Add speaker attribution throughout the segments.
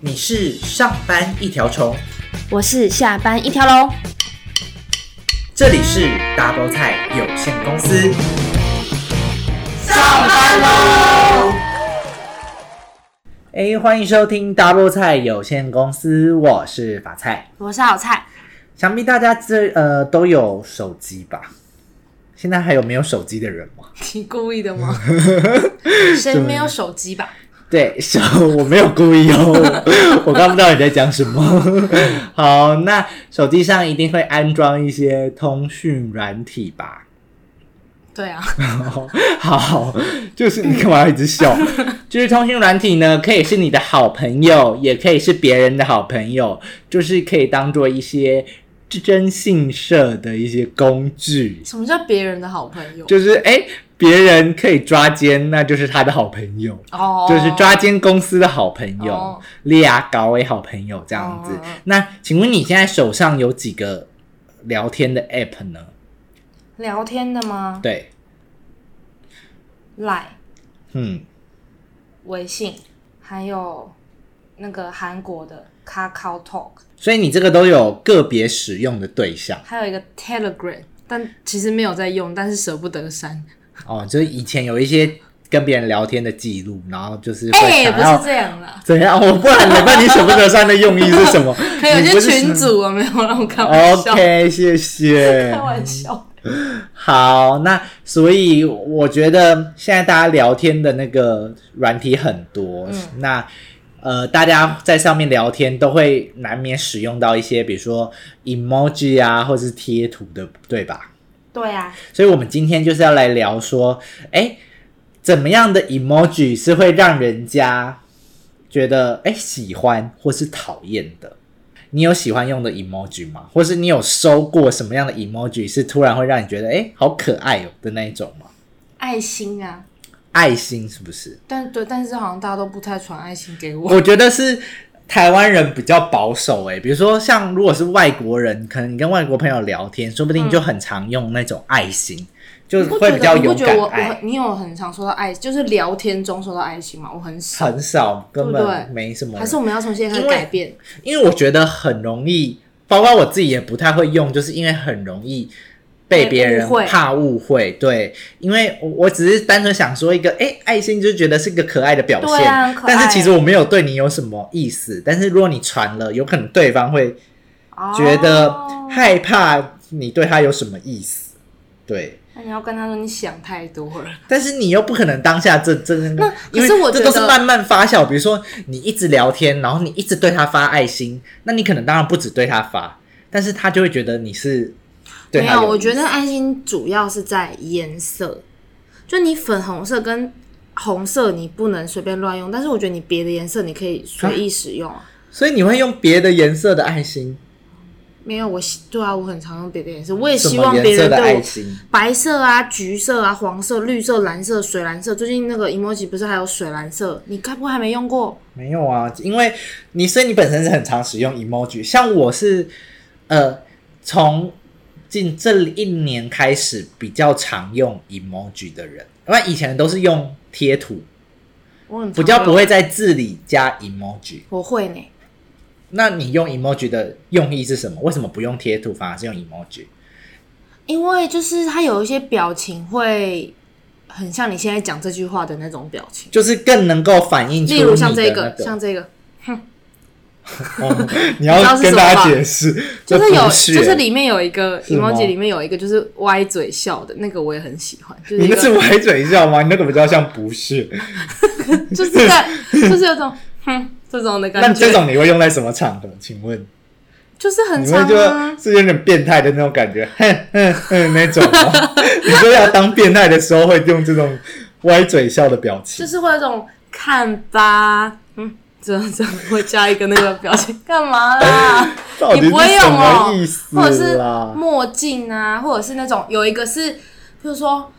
Speaker 1: 你是上班一条虫，
Speaker 2: 我是下班一条龙。
Speaker 1: 这里是 Double 菜有限公司。
Speaker 2: 上班喽！
Speaker 1: 哎，欢迎收听 Double 菜有限公司，我是法菜。
Speaker 2: 我是好菜，
Speaker 1: 想必大家这呃都有手机吧？现在还有没有手机的人吗？
Speaker 2: 你故意 的吗？谁没有手机吧？
Speaker 1: 对，小我没有故意哦， 我刚不知道你在讲什 么。好，那手机上一定会安装一些通讯软体吧？
Speaker 2: 对啊，
Speaker 1: 好，就是你干嘛一直 笑？就是通讯软体呢，可以是你的好朋友，也可以是别人的好朋友，就是可以当做一些征信社的一些工具，
Speaker 2: 什么叫别人的好朋友？
Speaker 1: 就是哎，别人可以抓奸，那就是他的好朋友。
Speaker 2: 哦，
Speaker 1: 就是抓奸公司的好朋友
Speaker 2: 哦，
Speaker 1: 俩搞为好朋友这样子
Speaker 2: 哦。
Speaker 1: 那请问你现在手上有几个聊天的 app 呢？
Speaker 2: 聊天的吗？
Speaker 1: 对，
Speaker 2: 赖、
Speaker 1: 嗯，
Speaker 2: 微信，还有那个韩国的 Kakao Talk，
Speaker 1: 所以你这个都有个别使用的对象
Speaker 2: 还有一个 Telegram，但其实没有在用，但是舍不得删。
Speaker 1: 哦，就是以前有一些跟别人聊天的记录，然后就是会
Speaker 2: 哎、
Speaker 1: 想
Speaker 2: 不
Speaker 1: 要
Speaker 2: 是这样啦，
Speaker 1: 怎样？哦我不然怎么办？你舍不得删的用意 是什么？
Speaker 2: 可以
Speaker 1: 你
Speaker 2: 有
Speaker 1: 不
Speaker 2: 些
Speaker 1: 是哦
Speaker 2: 群主啊，没有让我开玩笑
Speaker 1: OK，谢谢
Speaker 2: 开。玩笑。
Speaker 1: 好，那所以我觉得现在大家聊天的那个软体很多，
Speaker 2: 嗯
Speaker 1: 那呃，大家在上面聊天都会难免使用到一些，比如说 emoji 啊，或是贴图的，对吧？
Speaker 2: 对啊，
Speaker 1: 所以我们今天就是要来聊说，哎，怎么样的 emoji 是会让人家觉得哎喜欢或是讨厌的？你有喜欢用的 emoji 吗？或是你有收过什么样的 emoji 是突然会让你觉得哎好可爱哦的那一种吗？
Speaker 2: 爱心啊，
Speaker 1: 爱心是不是？
Speaker 2: 但对，但是好像大家都不太传爱心给我。
Speaker 1: 我觉得是台湾人比较保守哎诶、比如说像如果是外国人，可能你跟外国朋友聊天，说不定就很常用那种爱心， 就
Speaker 2: 你不
Speaker 1: 会
Speaker 2: 觉
Speaker 1: 比较
Speaker 2: 得？你不
Speaker 1: 有
Speaker 2: 觉得我
Speaker 1: 感
Speaker 2: 我
Speaker 1: 爱
Speaker 2: 很。你有很常收到爱，就是聊天中收到爱心吗？我很少，
Speaker 1: 很少，根
Speaker 2: 对不对
Speaker 1: 本没什么人。
Speaker 2: 还是我们要从现在开
Speaker 1: 因
Speaker 2: 始
Speaker 1: 为
Speaker 2: 改变？
Speaker 1: 因为我觉得很容易，包括我自己也不太会用，就是因为很容易被别人
Speaker 2: 被哎误会
Speaker 1: 怕误会。对，因为我我只是单纯想说一个，哎、爱心就觉得是个可爱的表
Speaker 2: 对
Speaker 1: 现，
Speaker 2: 啊很可爱
Speaker 1: 但是其实我没有对你有什么意思。但是如果你传了，有可能对方会觉得
Speaker 2: 哦
Speaker 1: 害怕你对他有什么意思。对，
Speaker 2: 那你要跟他说你想太多了。
Speaker 1: 但是你又不可能当下这这，因
Speaker 2: 可是我
Speaker 1: 为
Speaker 2: 觉
Speaker 1: 这
Speaker 2: 得
Speaker 1: 都是慢慢发酵。比如说你一直聊天，然后你一直对他发爱心，那你可能当然不止对他发，但是他就会觉得你是 对
Speaker 2: 没
Speaker 1: 他
Speaker 2: 有，我觉
Speaker 1: 得
Speaker 2: 得爱心主要是在颜色，就你粉红色跟红色你不能随便乱用，但是我觉得你别的颜色你可以随意使用啊。
Speaker 1: 所以你会用别的颜色的爱心，
Speaker 2: 没有，我希对啊，我很常用别的颜色，我也
Speaker 1: 什
Speaker 2: 希
Speaker 1: 么
Speaker 2: 望别
Speaker 1: 颜色
Speaker 2: 人
Speaker 1: 的
Speaker 2: 对
Speaker 1: 爱
Speaker 2: 我
Speaker 1: 心？
Speaker 2: 白色啊、橘色啊、黄色、绿色、蓝色、水蓝色。最近那个 emoji 不是还有水蓝色？你该不会还没用过？
Speaker 1: 没有啊，因为你所以你本身是很常使用 emoji，像我是呃从近这一年开始比较常用 emoji 的人，因为以前都是用贴图。
Speaker 2: 我很常
Speaker 1: 比较不
Speaker 2: 用，
Speaker 1: 会在字里加 emoji。
Speaker 2: 我会呢。
Speaker 1: 那你用 emoji 的用意是什么？为什么不用贴图，反而是用 emoji？
Speaker 2: 因为就是它有一些表情会很像你现在讲这句话的那种表情，
Speaker 1: 就是更能够反映出
Speaker 2: 例
Speaker 1: 你的
Speaker 2: 如像这
Speaker 1: 那
Speaker 2: 个，
Speaker 1: 个
Speaker 2: 像这个，
Speaker 1: 哦 你
Speaker 2: 你知
Speaker 1: 要
Speaker 2: 道是
Speaker 1: 跟大
Speaker 2: 什么
Speaker 1: 家
Speaker 2: 吗
Speaker 1: 解释，
Speaker 2: 就是
Speaker 1: 这
Speaker 2: 有，
Speaker 1: 不是
Speaker 2: 就是里面有一个
Speaker 1: 是吗
Speaker 2: emoji 里面有一个就是歪嘴笑的那个，我也很喜欢，就是
Speaker 1: 你
Speaker 2: 一
Speaker 1: 那
Speaker 2: 个
Speaker 1: 是歪嘴笑吗？你那个比较像不是。
Speaker 2: 就是在就是有种哼这种的
Speaker 1: 那
Speaker 2: 感
Speaker 1: 这
Speaker 2: 觉，
Speaker 1: 种你会用在什么场合？请问
Speaker 2: 就是很
Speaker 1: 你会
Speaker 2: 常
Speaker 1: 就
Speaker 2: 啊。
Speaker 1: 是有点变态的那种感觉， 哼哼哼那种 吗？你说要当变态的时候会用这种歪嘴笑的表情
Speaker 2: 就，是会有一种看吧，嗯，这样这样会加一个那个表情，干嘛 啦？
Speaker 1: 到底
Speaker 2: 你
Speaker 1: 是
Speaker 2: 不会
Speaker 1: 什
Speaker 2: 用哦
Speaker 1: 么意思
Speaker 2: 或者是
Speaker 1: 哎啦？
Speaker 2: 墨镜啊，或者是那种有一个是，比如说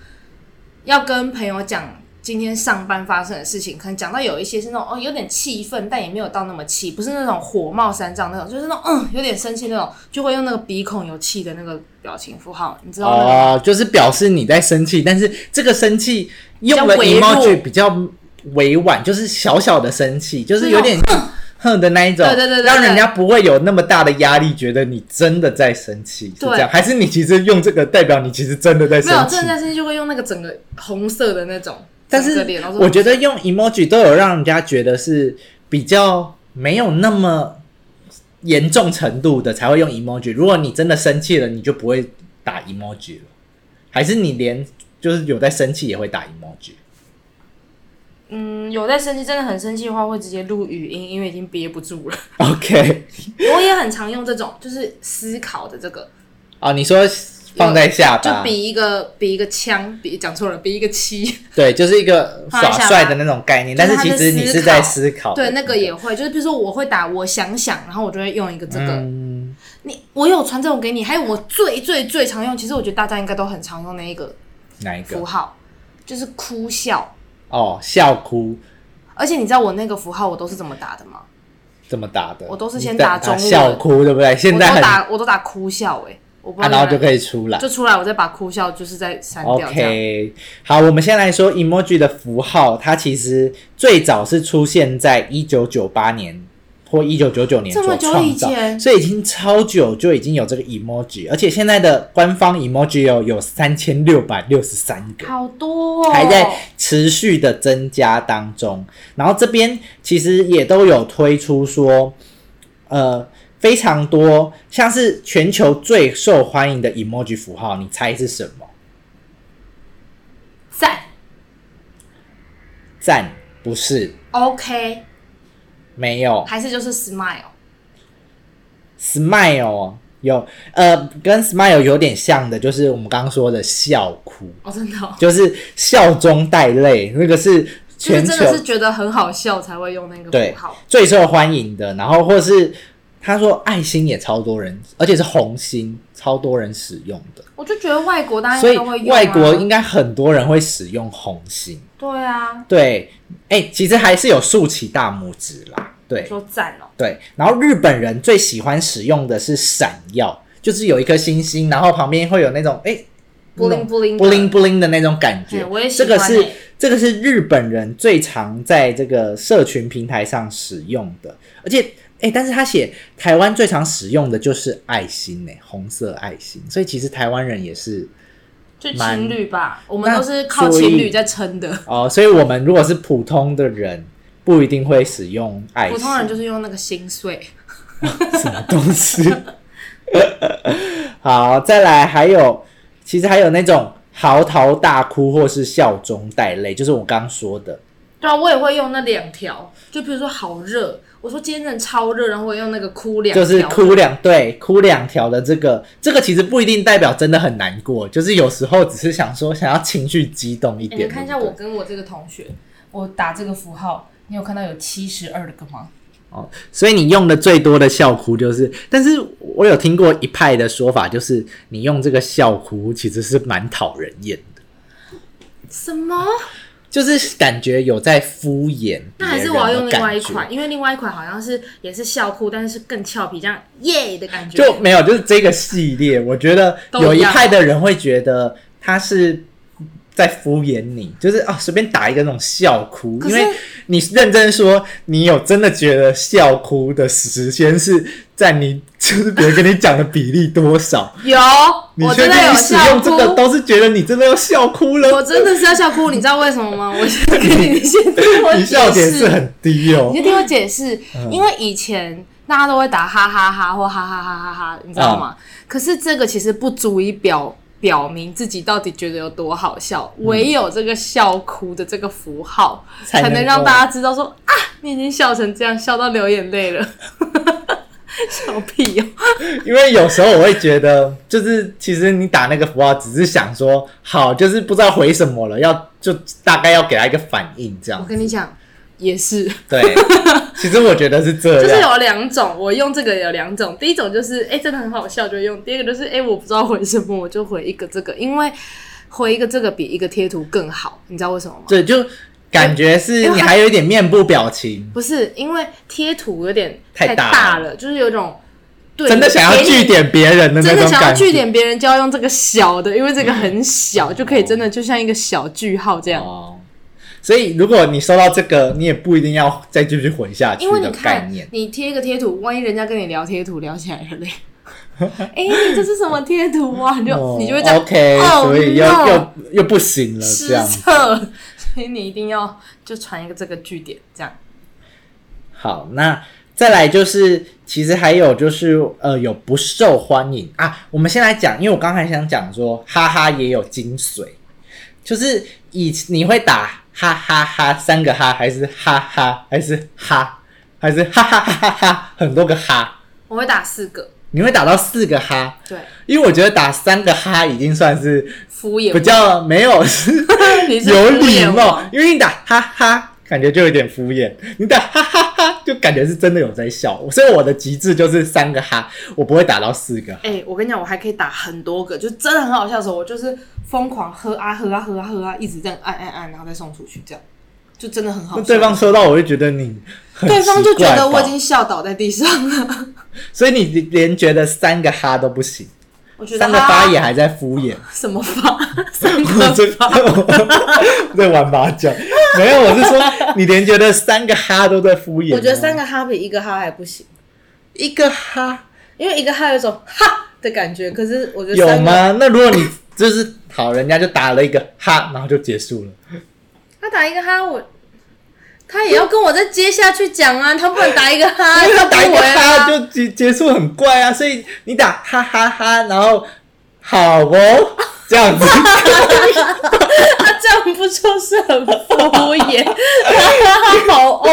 Speaker 2: 要跟朋友讲今天上班发生的事情，可能讲到有一些是那种哦有点气愤，但也没有到那么气，不是那种火冒三丈那种，就是那种嗯有点生气那种，就会用那个鼻孔有气的那个表情符号，你知道那个
Speaker 1: 哦，就是表示你在生气，但是这个生气用了
Speaker 2: 比较微弱
Speaker 1: emoji 比较委婉，就是小小的生气，就是有点哼的那一种，
Speaker 2: 对对对对对
Speaker 1: 让人家不会有那么大的压力，觉得你真的在生气，是
Speaker 2: 对
Speaker 1: 这样？还是你其实用这个代表你其实真的在生
Speaker 2: 没有
Speaker 1: 气
Speaker 2: 正？在生气就会用那个整个红色的那种，
Speaker 1: 但
Speaker 2: 整个
Speaker 1: 是
Speaker 2: 脸都是
Speaker 1: 我觉得用 emoji 都有让人家觉得是比较没有那么严重程度的才会用 emoji。如果你真的生气了，你就不会打 emoji 了，还是你连就是有在生气也会打 emoji？
Speaker 2: 嗯有在生气，真的很生气的话会直接录语音，因为已经憋不住了。
Speaker 1: OK，
Speaker 2: 我也很常用这种，就是思考的这个，
Speaker 1: 啊，你说放在下
Speaker 2: 就
Speaker 1: 巴，
Speaker 2: 比一个比一个枪，比讲错了，比一个七。
Speaker 1: 对，就是一个
Speaker 2: 放在
Speaker 1: 耍
Speaker 2: 下巴
Speaker 1: 帅的那种概念，
Speaker 2: 就
Speaker 1: 但
Speaker 2: 是
Speaker 1: 是
Speaker 2: 他
Speaker 1: 其
Speaker 2: 在
Speaker 1: 实你
Speaker 2: 思
Speaker 1: 是在
Speaker 2: 考
Speaker 1: 思考的，
Speaker 2: 对，那个也会，就是比如说我会打我想想，然后我就会用一个这个。
Speaker 1: 嗯，
Speaker 2: 你我有传这种给你，还有我最最最常用，其实我觉得大家应该都很常用那一个
Speaker 1: 哪一
Speaker 2: 符
Speaker 1: 个？
Speaker 2: 号，就是哭笑。
Speaker 1: 哦，笑哭
Speaker 2: 而且你知道我那个符号我都是怎么打的吗？
Speaker 1: 这么打的，
Speaker 2: 我都是
Speaker 1: 你
Speaker 2: 先
Speaker 1: 打
Speaker 2: 打中文
Speaker 1: 笑哭，对不对？现在
Speaker 2: 我
Speaker 1: 很
Speaker 2: 都打我都打哭笑哎、欸我不知
Speaker 1: 啊，
Speaker 2: 道
Speaker 1: 然后就
Speaker 2: 原来、
Speaker 1: 可以出来。
Speaker 2: 就出来，我再把哭笑就是再删掉这样。
Speaker 1: OK，好，我们先来说 emoji 的符号，它其实最早是出现在一九九八年或一九九九年
Speaker 2: 这么
Speaker 1: 所
Speaker 2: 久
Speaker 1: 创
Speaker 2: 以
Speaker 1: 造，
Speaker 2: 前
Speaker 1: 所以已经超久就已经有这个 emoji，而且现在的官方 emoji 哦有有三千六百六十三个。
Speaker 2: 好多、哦，
Speaker 1: 还在持续的增加当中。然后这边其实也都有推出说，呃，非常多像是全球最受欢迎的 emoji 符号，你猜是什么？
Speaker 2: 赞
Speaker 1: 赞不是，
Speaker 2: OK，
Speaker 1: 没有
Speaker 2: 还是就是 smile。
Speaker 1: smile 哦有呃跟 smile 有点像的，就是我们刚刚说的笑哭，
Speaker 2: 哦，真的、哦，
Speaker 1: 就是笑中带泪，那个是
Speaker 2: 就是
Speaker 1: 全
Speaker 2: 真
Speaker 1: 球
Speaker 2: 的是觉得很好笑才会用那个
Speaker 1: 对
Speaker 2: 符号。
Speaker 1: 最受欢迎的，然后或是他说爱心也超多人，而且是红心，超多人使用的，
Speaker 2: 我就觉得外国大家
Speaker 1: 所
Speaker 2: 应
Speaker 1: 以
Speaker 2: 该会用、啊，
Speaker 1: 外国应该很多人会使用红心。
Speaker 2: 对啊，
Speaker 1: 对，哎、其实还是有竖起大拇指啦，对
Speaker 2: 说赞哦、
Speaker 1: 对。然后日本人最喜欢使用的是闪耀，就是有一颗星星，然后旁边会有那种哎。
Speaker 2: 布灵布灵的
Speaker 1: 布灵布灵的那种感觉
Speaker 2: 嘿，我也喜
Speaker 1: 这
Speaker 2: 欢
Speaker 1: 个是
Speaker 2: 欸
Speaker 1: 这个是日本人最常在这个社群平台上使用的，而且哎、但是他写台湾最常使用的就是爱心呢、红色爱心，所以其实台湾人也是
Speaker 2: 就
Speaker 1: 蛮
Speaker 2: 情侣吧，我们
Speaker 1: 那
Speaker 2: 都是靠
Speaker 1: 所以
Speaker 2: 情侣在撑的，
Speaker 1: 哦、所以我们如果是普通的人，不一定会使用爱心，
Speaker 2: 普通人就是用那个心碎。
Speaker 1: 什么东西。好，再来还有，其实还有那种嚎啕大哭或是笑中带泪，就是我刚刚说的。
Speaker 2: 对啊，我也会用那两条，就比如说好热，我说今天真的超热，然后我用那个哭两条，
Speaker 1: 就是哭两对哭两条的这个，这个其实不一定代表真的很难过，就是有时候只是想说想要情绪激动一
Speaker 2: 哎
Speaker 1: 点。
Speaker 2: 你看一下
Speaker 1: 对不
Speaker 2: 我跟我这个同学，我打这个符号，你有看到有七十二个吗？
Speaker 1: 对哦，所以你用的最多的笑哭就是，但是我有听过一派的说法，就是你用这个笑哭其实是蛮讨人厌的，
Speaker 2: 什么？
Speaker 1: 就是感觉有在敷衍。
Speaker 2: 那还是我
Speaker 1: 别人的
Speaker 2: 要用另外一
Speaker 1: 感觉
Speaker 2: 款，因为另外一款好像是也是笑哭，但是是更俏皮，这样耶的感觉。
Speaker 1: 就没有，就是这个系列，我觉得有一派的人会觉得他是在敷衍你，就是啊随便打一个那种笑哭，
Speaker 2: 可
Speaker 1: 因
Speaker 2: 是？
Speaker 1: 为你认真说，你有真的觉得笑哭的时间是在你就是别人跟你讲的比例多少
Speaker 2: 有，
Speaker 1: 你
Speaker 2: 我
Speaker 1: 确
Speaker 2: 真
Speaker 1: 定
Speaker 2: 的有
Speaker 1: 你使
Speaker 2: 笑
Speaker 1: 用
Speaker 2: 哭，
Speaker 1: 这个都是觉得你真的要笑哭了？
Speaker 2: 我真的是要笑哭，你知道为什么吗？我先给 你先听我
Speaker 1: 你笑点是
Speaker 2: 释，
Speaker 1: 很低哦
Speaker 2: 你。先听我解释，因为以前大家都会打哈哈哈或哈哈哈哈哈，你知道
Speaker 1: 啊
Speaker 2: 吗？可是这个其实不足以表表明自己到底觉得有多好笑，唯有这个笑哭的这个符号，
Speaker 1: 才能
Speaker 2: 才
Speaker 1: 够
Speaker 2: 能让大家知道说啊，你已经笑成这样，笑到流眼泪了。 笑屁哦！
Speaker 1: 因为有时候我会觉得，就是其实你打那个符号，只是想说好，就是不知道回什么了，要就大概要给他一个反应这
Speaker 2: 我
Speaker 1: 样。
Speaker 2: 跟你讲，也是。
Speaker 1: 对，其实我觉得是这
Speaker 2: 就是
Speaker 1: 样。
Speaker 2: 有两种，我用这个有两种，第一种就是哎、诶真的很好笑就用，第二个就是哎、诶我不知道回什么我就回一个这个，因为回一个这个比一个贴图更好，你知道为什么吗？
Speaker 1: 对，就感觉
Speaker 2: 因
Speaker 1: 是
Speaker 2: 为
Speaker 1: 你还有一点面部表情，
Speaker 2: 不是因为贴图有点
Speaker 1: 太
Speaker 2: 太
Speaker 1: 大
Speaker 2: 大了，就是有一种对
Speaker 1: 真的想要
Speaker 2: 给你
Speaker 1: 据点别人的那
Speaker 2: 真的
Speaker 1: 种
Speaker 2: 想要
Speaker 1: 感
Speaker 2: 据
Speaker 1: 觉。
Speaker 2: 点别人，就要用这个小的，因为这个很小，就可以真的就像一个小句号这样。
Speaker 1: 哦，所以如果你收到这个，你也不一定要再继续混下去
Speaker 2: 因为你
Speaker 1: 的概
Speaker 2: 看
Speaker 1: 念，。
Speaker 2: 你贴一个贴图，万一人家跟你聊贴图聊起来 了嘞，哎、你这是什么贴图啊？你就、
Speaker 1: 哦
Speaker 2: 你就会这样
Speaker 1: OK，、
Speaker 2: 哦
Speaker 1: 所以又
Speaker 2: no
Speaker 1: 又又不行了，
Speaker 2: 失
Speaker 1: 这样
Speaker 2: 策，所以你一定要就传一个这个据点，这样
Speaker 1: 好，那再来就是，其实还有就是，呃，有不受欢迎啊。我们先来讲，因为我刚才想讲说，哈哈也有精髓，就是以你会打哈哈哈三个哈，还是哈哈，还是哈，还是哈哈哈哈哈，很多个哈，
Speaker 2: 我会打四个，
Speaker 1: 你会打到四个哈。
Speaker 2: 对，
Speaker 1: 因为我觉得打三个哈已经算是
Speaker 2: 敷衍
Speaker 1: 比较没有 是
Speaker 2: 你是
Speaker 1: 有
Speaker 2: 敷
Speaker 1: 礼
Speaker 2: 衍
Speaker 1: 貌
Speaker 2: 王，
Speaker 1: 因为你打哈哈，感觉就有点敷衍；你打哈哈哈，就感觉是真的有在笑。所以我的极致就是三个哈，我不会打到四个。
Speaker 2: 哎、我跟你讲，我还可以打很多个，就真的很好笑的时候，我就是疯狂喝啊喝啊喝啊喝啊，一直这样按按按，然后再送出去，这样就真的很好
Speaker 1: 那
Speaker 2: 笑。
Speaker 1: 对方收到，我就觉得你很
Speaker 2: 对方就
Speaker 1: 奇怪吧
Speaker 2: 觉得我已经笑倒在地上了，
Speaker 1: 所以你连觉得三个哈都不行，
Speaker 2: 我觉得
Speaker 1: 三个发也
Speaker 2: 啊
Speaker 1: 还在敷衍。
Speaker 2: 什 么发三
Speaker 1: 我
Speaker 2: 个
Speaker 1: 这我在玩麻将，没有，我是说你连觉得三个哈都在敷衍。
Speaker 2: 我觉得三
Speaker 1: 个
Speaker 2: 个哈比一个哈还不行，
Speaker 1: 一个哈
Speaker 2: 因为一个哈有一种哈的感觉，可是我觉得
Speaker 1: 有
Speaker 2: 三个
Speaker 1: 吗？那如果你就是好，人家就打了一个哈，然后就结束了。
Speaker 2: 他打一个哈，我他也要跟我再接下去讲啊，他不能打一个哈，
Speaker 1: 因 为他打一个哈
Speaker 2: 就
Speaker 1: 就结结束很怪啊，所以你打哈哈哈，然后好哦 这样子，
Speaker 2: 他这样不就是很敷衍？他好哦，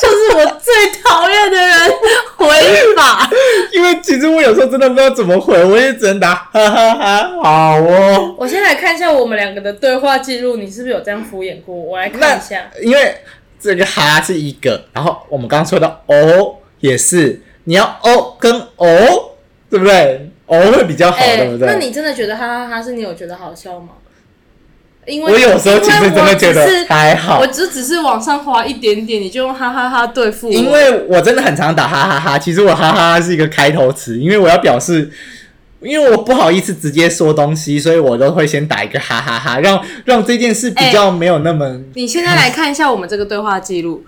Speaker 2: 就是我最讨厌的人回法，
Speaker 1: 因为其实我有时候真的不知道怎么回，我也只能打哈哈哈，好哦。
Speaker 3: 我先来看一下我们两个的对话记录，你是不是有这样敷衍过？我来
Speaker 1: 那
Speaker 3: 看一下。
Speaker 1: 因为这个哈是一个，然后我们刚刚说的哦也是，你要哦跟哦，对不对？哦会比较好，
Speaker 2: 哎
Speaker 1: 对不对？
Speaker 3: 那你真的觉得哈哈哈是你有觉得好笑吗？因为
Speaker 1: 我有时候其实真的觉
Speaker 2: 因为
Speaker 1: 得
Speaker 2: 我只是
Speaker 1: 还好
Speaker 2: 我，就只是往上滑一点点，你就用哈哈哈对付我。
Speaker 1: 因为我真的很常打哈哈哈其实我哈哈哈是一个开头词，因为我要表示，因为我不好意思直接说东西，所以我都会先打一个哈哈哈让让这件事比较没有那么。
Speaker 2: 哎你现在来看一下我们这个对话记录，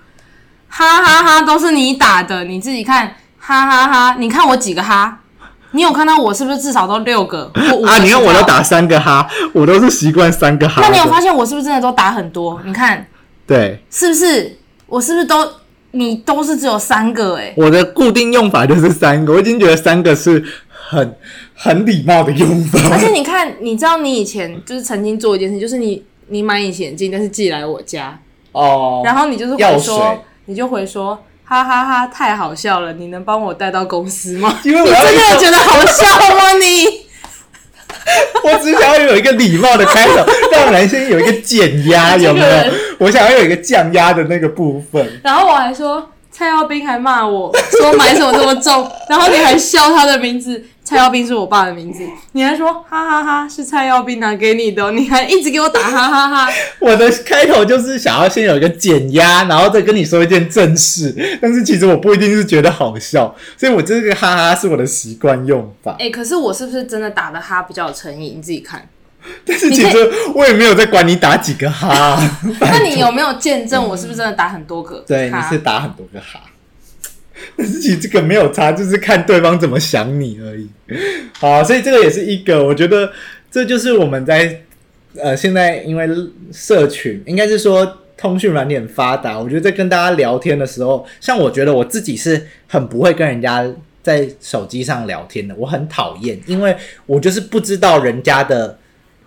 Speaker 2: 哈哈哈都是你打的，你自己看，哈哈哈，你看我几个哈？你有看到我是不是至少都六个或五个
Speaker 1: 啊，你看我都
Speaker 2: 至少
Speaker 1: 打三个哈，我都是习惯三个哈的。
Speaker 2: 那你有发现我是不是真的都打很多？你看
Speaker 1: 对，
Speaker 2: 是不是？我是不是都你都是只有三个、欸？
Speaker 1: 我的固定用法就是三个，我已经觉得三个是很很礼貌的用法。
Speaker 2: 而且你看，你知道你以前就是曾经做一件事，就是你你买隐形眼镜，但是寄来我家，
Speaker 1: 哦，
Speaker 2: 然后你就是
Speaker 1: 药
Speaker 2: 回
Speaker 1: 水
Speaker 2: 说，你就回说。哈哈哈太好笑了！你能帮我带到公司吗？
Speaker 1: 因为我
Speaker 2: 你
Speaker 1: 要
Speaker 2: 真
Speaker 1: 一
Speaker 2: 的
Speaker 1: 个
Speaker 2: 觉得好笑吗？你
Speaker 1: 我只想要有一个礼貌的开 头，让男生有一个减压，有没
Speaker 2: 这个
Speaker 1: 有
Speaker 2: 人？
Speaker 1: 我想要有一个降压的那个部分。
Speaker 2: 然后我还说蔡耀斌还骂我说买什么这么 重，然后你还笑他的名字，蔡耀斌是我爸的名字，你还说哈哈哈是蔡耀斌拿给你的哦，你还一直给我打哈 哈哈，
Speaker 1: 我的开头就是想要先有一个减压，然后再跟你说一件正事。但是其实我不一定是觉得好笑，所以我这个哈哈是我的习惯用法。
Speaker 2: 哎、可是我是不是真的打的哈比较有诚意？你自己看，
Speaker 1: 但是
Speaker 2: 你
Speaker 1: 其
Speaker 2: 可以
Speaker 1: 实我也没有在管你打几个哈。
Speaker 2: 那你有没有见证我是不是真的打很多个？
Speaker 1: 对，你
Speaker 2: 哈
Speaker 1: 是打很多个哈。 但是其实这个没有差，就是看对方怎么想你而已。好，所以这个也是一个，我觉得这就是我们在呃现在因为社群，应该是说通讯软点发达，我觉得在跟大家聊天的时候，像我觉得我自己是很不会跟人家在手机上聊天的，我很讨厌，因为我就是不知道人家的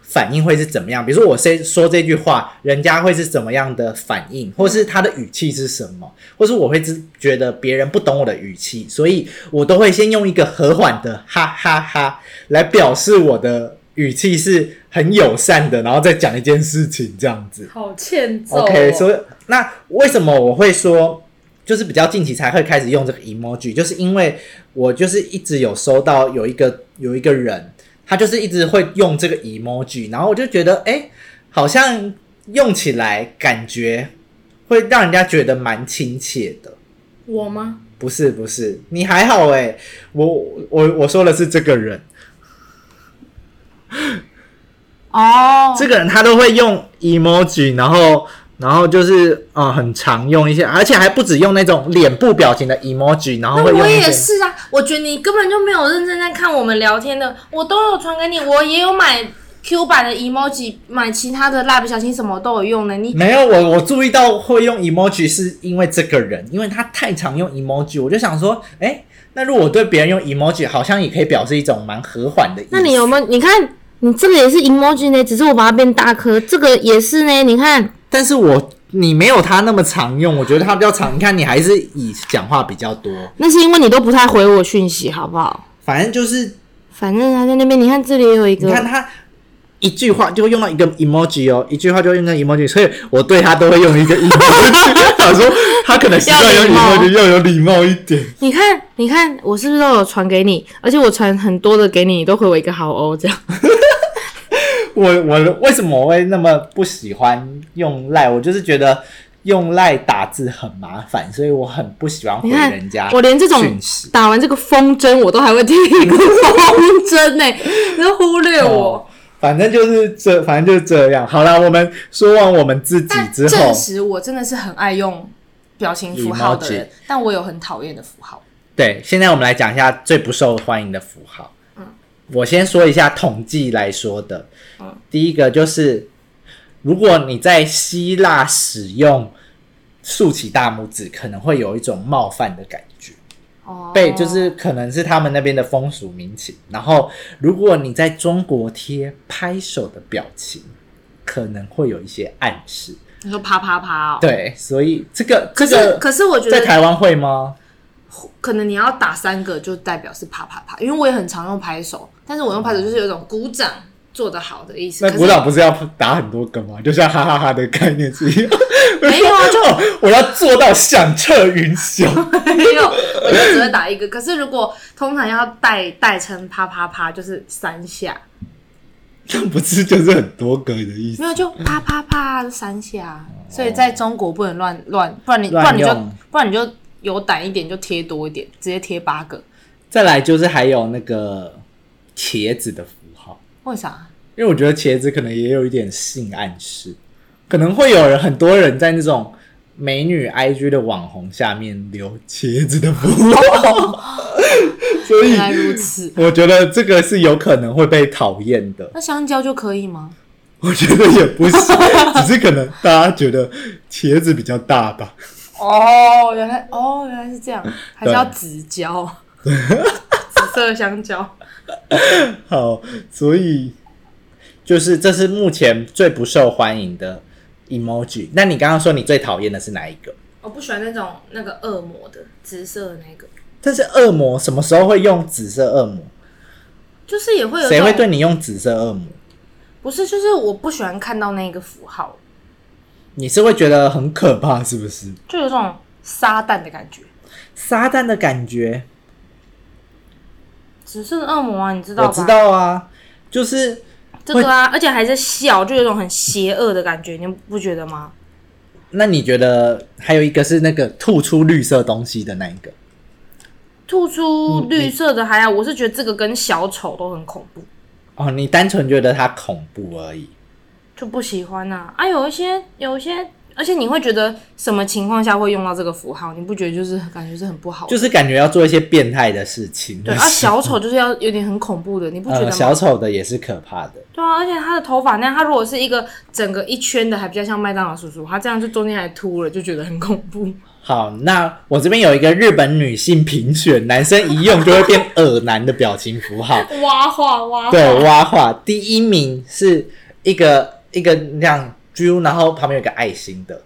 Speaker 1: 反应会是怎么样。比如说我说说这句话，人家会是怎么样的反应，或是他的语气是什么，或是我会知觉得别人不懂我的语气，所以我都会先用一个和缓的哈哈哈来表示我的语气是很友善的，然后再讲一件事情这样子。
Speaker 3: 好欠揍、哦。
Speaker 1: OK，所以那为什么我会说，就是比较近期才会开始用这个 emoji，就是因为我就是一直有收到有一个有一个人，他就是一直会用这个 emoji，然后我就觉得，哎、好像用起来感觉会让人家觉得蛮亲切的。
Speaker 3: 我吗？
Speaker 1: 不是不是，你还好哎、我我我说的是这个人，
Speaker 2: 哦，
Speaker 1: 这个人他都会用 emoji，然后然后就是啊、呃很常用一些，而且还不止用那种脸部表情的 emoji，然后会
Speaker 2: 那哎我
Speaker 1: 用一
Speaker 2: 也
Speaker 1: 些。
Speaker 2: 是啊，
Speaker 3: 我觉得你根本就没有认真在看我们聊天的，
Speaker 2: 我都有传给你，我也有买 Q 版的 emoji，买其他的蜡笔小新什么都有用的。你
Speaker 1: 没有，我我注意到会用 emoji 是因为这个人，因为他太常用 emoji，我就想说，哎、那如果我对别人用 emoji，好像也可以表示一种蛮和缓的意思。
Speaker 4: 那你有没有？你看，你这个也是 emoji 呢，只是我把它变大颗，这个也是呢。你看，
Speaker 1: 但是我你没有他那么常用，我觉得他比较常。你看，你还是以讲话比较多，
Speaker 4: 那是因为你都不太回我讯息，好不好？
Speaker 1: 反正就是
Speaker 4: 反正他在那边，你看这里也有一
Speaker 1: 你
Speaker 4: 个，
Speaker 1: 看他一句话就会用到一个 emoji 哦，一句话就会用到 emoji，所以我对他都会用一个 emoji，想 说他可能习惯用
Speaker 4: 要礼貌
Speaker 1: emoji 要有礼貌一点。
Speaker 4: 你看，你看，我是不是都有传给你？而且我传很多的给你，你都回我一个好哦，这样。
Speaker 1: 我我为什么我会那么不喜欢用赖？我就是觉得用赖打字很麻烦，所以我很不喜欢回
Speaker 4: 你看
Speaker 1: 人家，
Speaker 4: 我连这种
Speaker 1: 讯息。
Speaker 4: 打完这个风筝，我都还会听一个 风筝欸呢、
Speaker 2: 你都忽略我
Speaker 1: 哦。反正就是这，反正就是这样。好了，我们说完我们自己
Speaker 2: 但
Speaker 1: 之
Speaker 2: 证
Speaker 1: 后，
Speaker 2: 实我真的是很爱用表情符号的人
Speaker 1: Emoji，
Speaker 2: 但我有很讨厌的符号。
Speaker 1: 对，现在我们来讲一下最不受欢迎的符号。
Speaker 2: 嗯
Speaker 1: 我先说一下统计来说的。
Speaker 2: 嗯
Speaker 1: 第一个就是，如果你在希腊使用竖起大拇指，可能会有一种冒犯的感觉。
Speaker 2: 哦，
Speaker 1: 被就是可能是他们那边的风俗民情。然后，如果你在中国贴拍手的表情，可能会有一些暗示。
Speaker 2: 你说啪啪啪哦。
Speaker 1: 对，所以这个
Speaker 2: 可
Speaker 1: 这
Speaker 2: 是
Speaker 1: 个
Speaker 2: 可是我觉
Speaker 1: 在
Speaker 2: 得
Speaker 1: 台湾会吗？
Speaker 2: 可能你要打三个就代表是啪啪啪，因为我也很常用拍手，但是我用拍手就是有一种鼓掌做得好的意思。
Speaker 1: 那
Speaker 2: 可是
Speaker 1: 鼓掌不是要打很多个吗？就像哈哈哈的概念是 一样。
Speaker 2: 没有啊，就
Speaker 1: 哦我要做到响彻云霄。
Speaker 2: 没有，我就只会打一个。可是如果通常要代代称啪啪啪，就是三下，
Speaker 1: 那不是就是很多个的意思？
Speaker 2: 没有就啪啪啪三下。所以在中国不能乱乱，不然你不
Speaker 1: 乱
Speaker 2: 然你就
Speaker 1: 用
Speaker 2: 不然你就有胆一点就贴多一点，直接贴八个。
Speaker 1: 再来就是还有那个茄子的符号。
Speaker 2: 为啥？
Speaker 1: 因为我觉得茄子可能也有一点性暗示，可能会有人很多人在那种美女 IG 的网红下面留茄子的符号，哦 所以
Speaker 2: 原来如此。
Speaker 1: 我觉得这个是有可能会被讨厌的。
Speaker 2: 那香蕉就可以吗？
Speaker 1: 我觉得也不是，只是可能大家觉得茄子比较大吧。
Speaker 2: 哦，原来哦原来是这样，还是
Speaker 1: 对
Speaker 2: 要紫蕉， 紫色香蕉。
Speaker 1: 好，所以就是这是目前最不受欢迎的 emoji。那你刚刚说你最讨厌的是哪一个？
Speaker 3: 我不喜欢那种那个恶魔的紫色的那个，
Speaker 1: 但是恶魔什么时候会用紫色恶魔？
Speaker 3: 就是也会有一
Speaker 1: 谁
Speaker 3: 种
Speaker 1: 会对你用紫色恶魔？
Speaker 2: 不是，就是我不喜欢看到那个符号，
Speaker 1: 你是会觉得很可怕，是不是？
Speaker 2: 就有种撒旦的感觉。
Speaker 1: 撒旦的感觉，
Speaker 2: 只是恶魔啊，你知道
Speaker 1: 我
Speaker 2: 吧？
Speaker 1: 知道啊，就是
Speaker 4: 这个啊，而且还在笑，就有一种很邪恶的感觉，你不觉得吗？
Speaker 1: 那你觉得还有一个是那个吐出绿色东西的那一个，
Speaker 4: 吐出绿色的还好，我是觉得这个跟小丑都很恐怖，
Speaker 1: 哦，你单纯觉得它恐怖而已。
Speaker 4: 就不喜欢呐、啊。有一些，有一些，而且你会觉得什么情况下会用到这个符号？你不觉得就是感觉是很不好的？
Speaker 1: 就是感觉要做一些变态的事情，
Speaker 4: 对啊，小丑就是要有点很恐怖的，你不觉得
Speaker 1: 呃
Speaker 4: 吗？
Speaker 1: 小丑的也是可怕的，
Speaker 4: 对啊，而且他的头发那样，他如果是一个整个一圈的，还比较像麦当劳叔叔，他这样就中间还秃了，就觉得很恐怖。
Speaker 1: 好，那我这边有一个日本女性评选，男生一用就会变恶男的表情符号，
Speaker 3: 挖画挖画，
Speaker 1: 对，挖画第一名是一个一个那样 J，然后旁边有一个爱心的，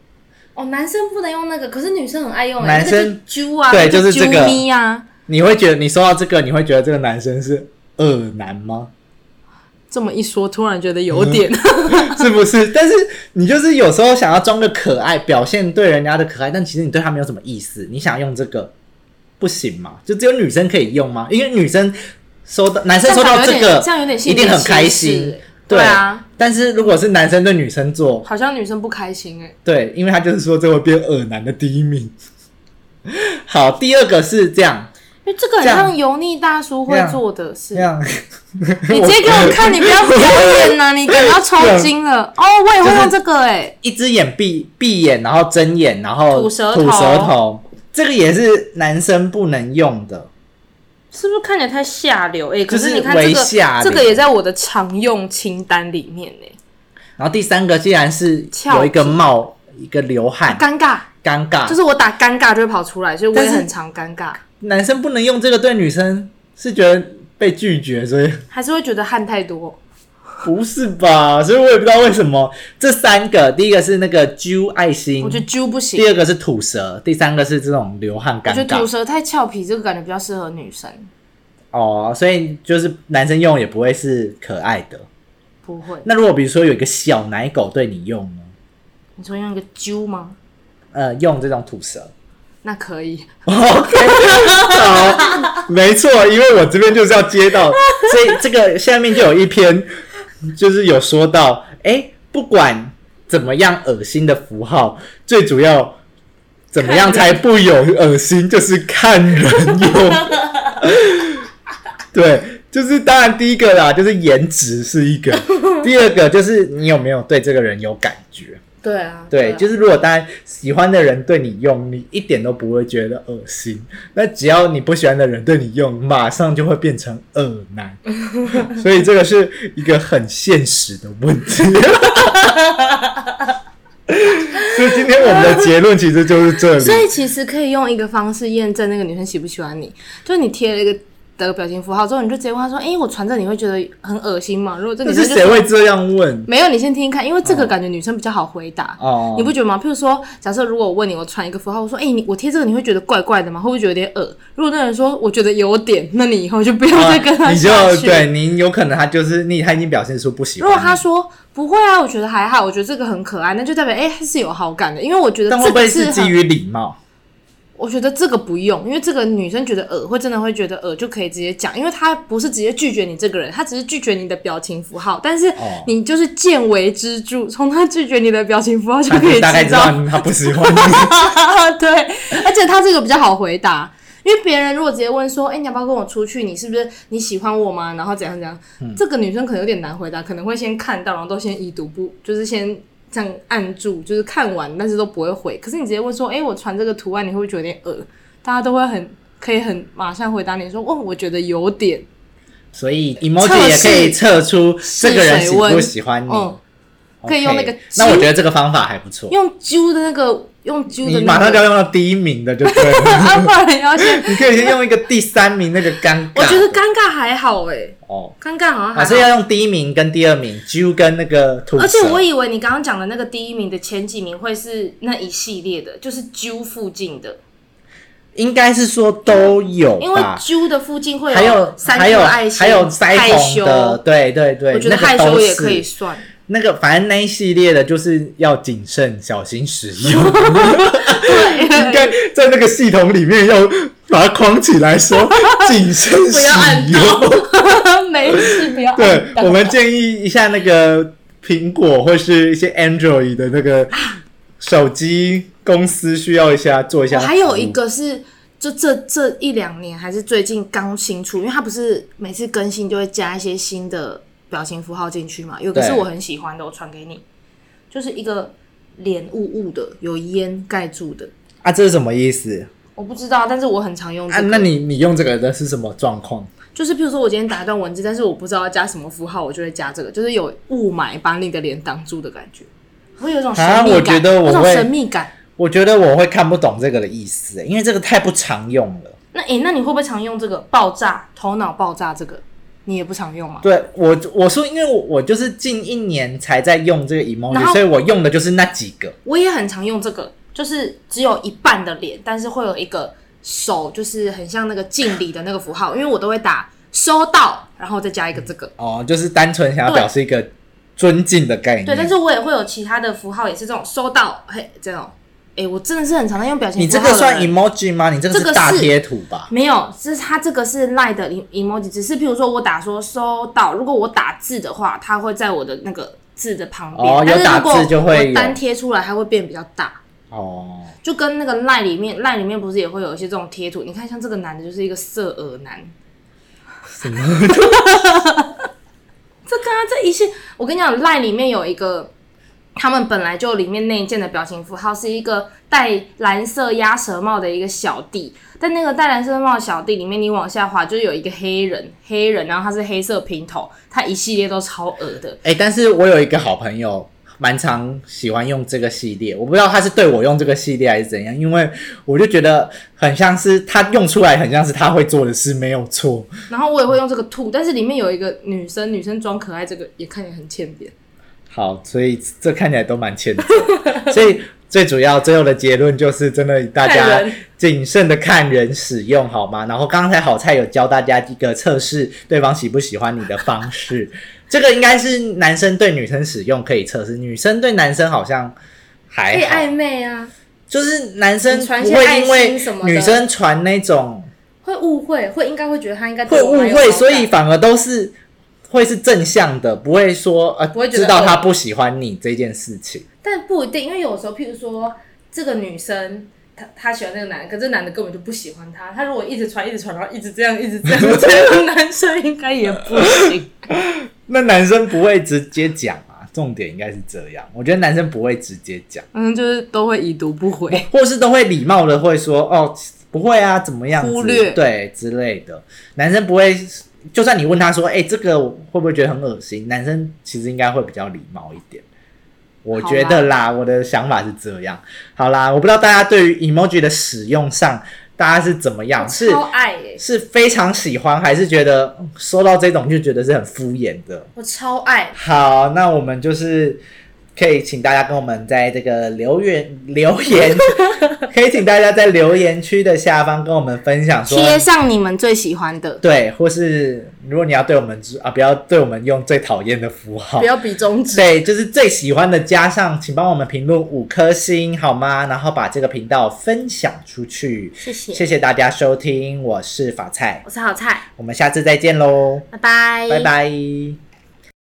Speaker 3: 哦，男生不能用那个，可是女生很爱用、欸，
Speaker 1: 男生
Speaker 3: 那个就揪啊，
Speaker 1: 对，就是这
Speaker 4: 啾
Speaker 1: 个。
Speaker 4: 咪啊，
Speaker 1: 你会觉得你收到这个，你会觉得这个男生是恶男吗？
Speaker 4: 这么一说，突然觉得有点。
Speaker 1: 嗯 是不是？但是你就是有时候想要装个可爱，表现对人家的可爱，但其实你对他没有什么意思。你想用这个不行吗？就只有女生可以用吗？因为女生收到男生收 到这个，
Speaker 2: 这样有点性
Speaker 1: 一
Speaker 2: 别
Speaker 1: 定很开
Speaker 2: 歧视
Speaker 1: 心
Speaker 2: 欸。
Speaker 1: 对
Speaker 2: 对啊，
Speaker 1: 但是如果是男生对女生做，
Speaker 2: 好像女生不开心哎、
Speaker 1: 对，因为他就是说这会变恶男的第一名。 好，第二个是这样，
Speaker 2: 因为这个很
Speaker 1: 这样
Speaker 2: 像油腻大叔会
Speaker 1: 这样
Speaker 2: 做的事
Speaker 1: 这。样，
Speaker 2: 你直接给我看，你不要表演呐、你感到抽 筋了。哦，我也会用这个哎、
Speaker 1: 一只眼闭闭眼，然后睁眼，然后
Speaker 2: 吐舌头
Speaker 1: 头，这个也是男生不能用的。
Speaker 2: 是不是看起来太下流？哎、可
Speaker 1: 就是
Speaker 2: 是你看这
Speaker 1: 微
Speaker 2: 个
Speaker 1: 下，流
Speaker 2: 这个也在我的常用清单里面哎、
Speaker 1: 然后第三个竟然是
Speaker 2: 翘
Speaker 1: 有一个冒一个流汗，
Speaker 2: 尴尬，
Speaker 1: 尴尬，
Speaker 2: 就是我打尴尬就会跑出来，所以我也
Speaker 1: 但是
Speaker 2: 很常尴尬，
Speaker 1: 男生不能用这个对女生，是觉得被拒绝，所以
Speaker 2: 还是会觉得汗太多。
Speaker 1: 不是吧？所以我也不知道为什么这三个，第一个是那个揪爱心
Speaker 2: 我，觉得揪不
Speaker 1: 嗯
Speaker 2: 行
Speaker 1: 第，二个是吐舌，第三个是这种流汗
Speaker 2: 我觉
Speaker 1: 尴
Speaker 2: 得吐
Speaker 1: 尬。
Speaker 2: 舌太俏皮，这个感觉比较适合女生。
Speaker 1: 哦，所以就是男生用也不会是可爱的。
Speaker 2: 不会，
Speaker 1: 那如果比如说有一个小奶狗对你用呢？
Speaker 2: 你说用一个揪吗？
Speaker 1: 呃，用这种吐舌。
Speaker 2: 那可以，
Speaker 1: OK，好，没错，因为我这边就是要接到，所以这个下面就有一篇，就是有说到，哎、不管怎么样恶心的符号，最主要怎么样才不有恶心，就是看人用。 对，就是当然第一个啦，就是颜值是一个，第二个就是你有没有对这个人有感觉。
Speaker 2: 对啊，
Speaker 1: 对，
Speaker 2: 啊
Speaker 1: 就是如果大家喜欢的人对你用，你一点都不会觉得恶心。那只要你不喜欢的人对你用，马上就会变成恶 男。所以这个是一个很现实的问 题。所以今天我们的结论其实就是这
Speaker 2: 所
Speaker 1: 里。
Speaker 2: 以其实可以用一个方式验证那个女生喜不喜欢你，就是你贴了一个的表情符号之后，你就直接问她说：“哎、我传着你会觉得很恶心吗？”如果这个
Speaker 1: 但
Speaker 2: 女
Speaker 1: 是
Speaker 2: 生就
Speaker 1: 谁会这样问？
Speaker 2: 没有，你先听听看，因为这个感觉女生比较好回答。
Speaker 1: 嗯哦
Speaker 2: 你不觉得吗？譬如说，假设如果我问你，我传一个符号，我说：“哎、你我贴这个你会觉得怪怪的吗？会不会觉得有点恶？”如果那人说我觉得有点，那你以后就不要再跟他
Speaker 1: 啊 你就
Speaker 2: 下去。
Speaker 1: 对你有可能他就是你，他已经表现出不喜
Speaker 2: 如
Speaker 1: 欢
Speaker 2: 果
Speaker 1: 你。
Speaker 2: 他说不会啊，我觉得还好，我觉得这个很可爱，那就代表哎、他是有好感的，因为我觉得
Speaker 1: 但
Speaker 2: 这
Speaker 1: 会不
Speaker 2: 个
Speaker 1: 会
Speaker 2: 是
Speaker 1: 是基
Speaker 2: 很
Speaker 1: 于礼貌？
Speaker 2: 我觉得这个不用，因为这个女生觉得恶，会真的会觉得恶，呃就可以直接讲，因为她不是直接拒绝你这个人，她只是拒绝你的表情符号，但是
Speaker 1: 哦
Speaker 2: 你就是见微知著，从她拒绝你的表情符号就
Speaker 1: 他
Speaker 2: 可以
Speaker 1: 大概
Speaker 2: 知
Speaker 1: 知道他不喜欢你。
Speaker 2: 对，而且她这个比较好回答，因为别人如果直接问说，哎、你要不要跟我出去？你是不是你喜欢我吗？然后怎样怎样，
Speaker 1: 嗯
Speaker 2: 这个女生可能有点难回答，可能会先看到，然后都先已读不，就是先。这样按住，就是看完，但是都不会回。可是你直接问说：“哎、我传这个图案，你会不会觉得有点恶？”大家都会很可以很马上回答你说：“哦，我觉得有点。
Speaker 1: 所以
Speaker 2: 测
Speaker 1: emoji
Speaker 2: 试
Speaker 1: 也可以测出这个人喜不喜欢你。
Speaker 2: 嗯
Speaker 1: OK
Speaker 2: 可以用那个
Speaker 1: 那我觉得这个方法还不”错。
Speaker 2: 用揪的那个，用揪的、那
Speaker 1: 你
Speaker 2: 个，
Speaker 1: 马上就要用到第一名的，就对 了。
Speaker 2: 啊，不然要先。
Speaker 1: 你可以先用一个第三名那个尴尬。
Speaker 2: 我觉得尴尬还好哎、
Speaker 1: 哦，
Speaker 2: 尴尬好像还好。
Speaker 1: 还是要用第一名跟第二名，Q 跟那个吐舌。
Speaker 2: 而且我以为你刚刚讲的那个第一名的前几名会是那一系列的，就是揪附近的，
Speaker 1: 应该是说都有
Speaker 2: 因为
Speaker 1: 吧。
Speaker 2: 揪的附近会
Speaker 1: 还有
Speaker 2: 三
Speaker 1: 还
Speaker 2: 个
Speaker 1: 有
Speaker 2: 爱心，
Speaker 1: 还有腮
Speaker 2: 害
Speaker 1: 红
Speaker 2: 羞，
Speaker 1: 的，对对对，
Speaker 2: 我觉得
Speaker 1: 那个
Speaker 2: 害羞
Speaker 1: 都
Speaker 2: 也可
Speaker 1: 是
Speaker 2: 以算。
Speaker 1: 那个，反正那一系列的就是要谨慎小心使 用，应该在那个系统里面要把它框起来说谨慎使用。
Speaker 2: 没事，不要
Speaker 1: 对，我们建议一下那个苹果或是一些 Android 的那个手机公司需要一下做一下
Speaker 2: 我
Speaker 1: 服务。
Speaker 2: 还有一个是，就这这一两年还是最近刚新出，因为它不是每次更新就会加一些新的表情符号进去嘛。有个
Speaker 1: 对
Speaker 2: 是我很喜欢的，我传给你，就是一个脸雾雾的，有烟盖住的，
Speaker 1: 啊，这是什么意思
Speaker 2: 我不知道，但是我很常用、这
Speaker 1: 啊？
Speaker 2: 个
Speaker 1: 那你你用这个的是什么状况？
Speaker 2: 就是譬如说我今天打一段文字，但是我不知道要加什么符号，我就会加这个，就是有雾霾把你的脸挡住的感觉，会有一种神秘
Speaker 1: 啊我
Speaker 2: 感，
Speaker 1: 觉得我
Speaker 2: 有种
Speaker 1: 会
Speaker 2: 神秘感。
Speaker 1: 我觉得我会看不懂这个的意思，因为这个太不常用了。
Speaker 2: 那诶、那你会不会常用这个爆炸头脑爆炸这个？你也不常用吗？
Speaker 1: 对我我说，因为我我就是近一年才在用这个
Speaker 2: 然后
Speaker 1: emoji，所以我用的就是那几个。
Speaker 2: 我也很常用这个，就是只有一半的脸，但是会有一个手，就是很像那个敬礼的那个符号，因为我都会打收到，然后再加一个这个。
Speaker 1: 哦，就是单纯想要
Speaker 2: 对
Speaker 1: 表示一个尊敬的概念。
Speaker 2: 嗯对，但是我也会有其他的符号，也是这种收到，嘿，这种哎、我真的是很常在用表情
Speaker 1: 你
Speaker 2: 符
Speaker 1: 这
Speaker 2: 号
Speaker 1: 个
Speaker 2: 的
Speaker 1: 算
Speaker 2: 人
Speaker 1: emoji 吗？你这个
Speaker 2: 这个
Speaker 1: 是
Speaker 2: 是
Speaker 1: 大贴图吧？
Speaker 2: 没有，是它这个是赖的 em- emoji，只是譬如说我打说收到，如果我打字的话，它会在我的那个字的旁边，
Speaker 1: 哦有
Speaker 2: 但是
Speaker 1: 打
Speaker 2: 如果
Speaker 1: 字就会有
Speaker 2: 我单贴出来，它会变比较大。
Speaker 1: 哦，
Speaker 2: 就跟那个赖里面，赖里面不是也会有一些这种贴图？你看，像这个男的就是一个色耳男，
Speaker 1: 什么？
Speaker 2: 这刚刚这一些，我跟你讲，赖里面有一个，他们本来就里面内建的表情符号是一个戴蓝色鸭舌帽的一个小弟，但那个戴蓝色帽的小弟里面，你往下滑就是有一个黑人，黑人，然后他是黑色平头，他一系列都超恶的。
Speaker 1: 哎、但是我有一个好朋友，蛮常喜欢用这个系列，我不知道他是对我用这个系列还是怎样，因为我就觉得很像是他用出来，很像是他会做的事，没有错。
Speaker 2: 然后我也会用这个吐，但是里面有一个女生，女生装可爱，这个也看起来很欠扁。
Speaker 1: 好，所以这看起来都蛮欠 揍。所以最主要最后的结论就是，真的大
Speaker 3: 看
Speaker 1: 家
Speaker 3: 人
Speaker 1: 谨慎的看人使用好吗？然后刚才好菜有教大家一个测试对方喜不喜欢你的方 式，这个应该是男生对女生使用可以测试，女生对男生好像还
Speaker 3: 可以
Speaker 1: 好，
Speaker 3: 暧昧啊，
Speaker 1: 就是男生
Speaker 3: 你
Speaker 1: 不
Speaker 3: 传一些
Speaker 1: 会因
Speaker 3: 爱
Speaker 1: 为
Speaker 3: 心什么的
Speaker 1: 女生传那种
Speaker 3: 会误会，会应该会觉得他应该对
Speaker 1: 会
Speaker 3: 我
Speaker 1: 误
Speaker 3: 蛮有
Speaker 1: 会，
Speaker 3: 好
Speaker 1: 所
Speaker 3: 感
Speaker 1: 以反而都是会是正向的，不会说呃
Speaker 3: 不会觉得
Speaker 1: 知道
Speaker 3: 恶
Speaker 1: 他不喜欢你这件事情。
Speaker 3: 但不一定，因为有时候，譬如说这个女生。她她喜欢那个男的，可是这男的根本就不喜欢她。她如果一直传，一直传，然后一直这样，一直这样，这 个男生应该也不行。
Speaker 1: 那男生不会直接讲啊，重点应该是这样。我觉得男生不会直接讲，
Speaker 4: 嗯，就是都会已读不回。
Speaker 1: 或是都会礼貌的会说哦，不会啊，怎么样子，
Speaker 4: 忽略
Speaker 1: 对之类的。男生不会，就算你问他说，哎、这个会不会觉得很恶心？男生其实应该会比较礼貌一点。我觉得啦，我的想法是这样。好啦，我不知道大家对于 emoji 的使用上，大家是怎么样？ 是
Speaker 3: 超爱耶、
Speaker 1: 是非常喜欢，还是觉得嗯收到这种就觉得是很敷衍的？
Speaker 3: 我超爱。
Speaker 1: 好，那我们就是可以请大家跟我们在这个留言留言， 可以请大家在留言区的下方跟我们分享说，
Speaker 2: 贴上你们最喜欢的，
Speaker 1: 对，或是如果你要对我们啊，不要对我们用最讨厌的符号
Speaker 3: 不。要比中指，
Speaker 1: 对，就是最喜欢的加上，请帮我们评论五颗星好吗？然后把这个频道分享出去，
Speaker 2: 谢谢
Speaker 1: 谢谢大家收听，我是法菜，
Speaker 2: 我是好菜，
Speaker 1: 我们下次再见喽，
Speaker 2: 拜拜，
Speaker 1: 拜拜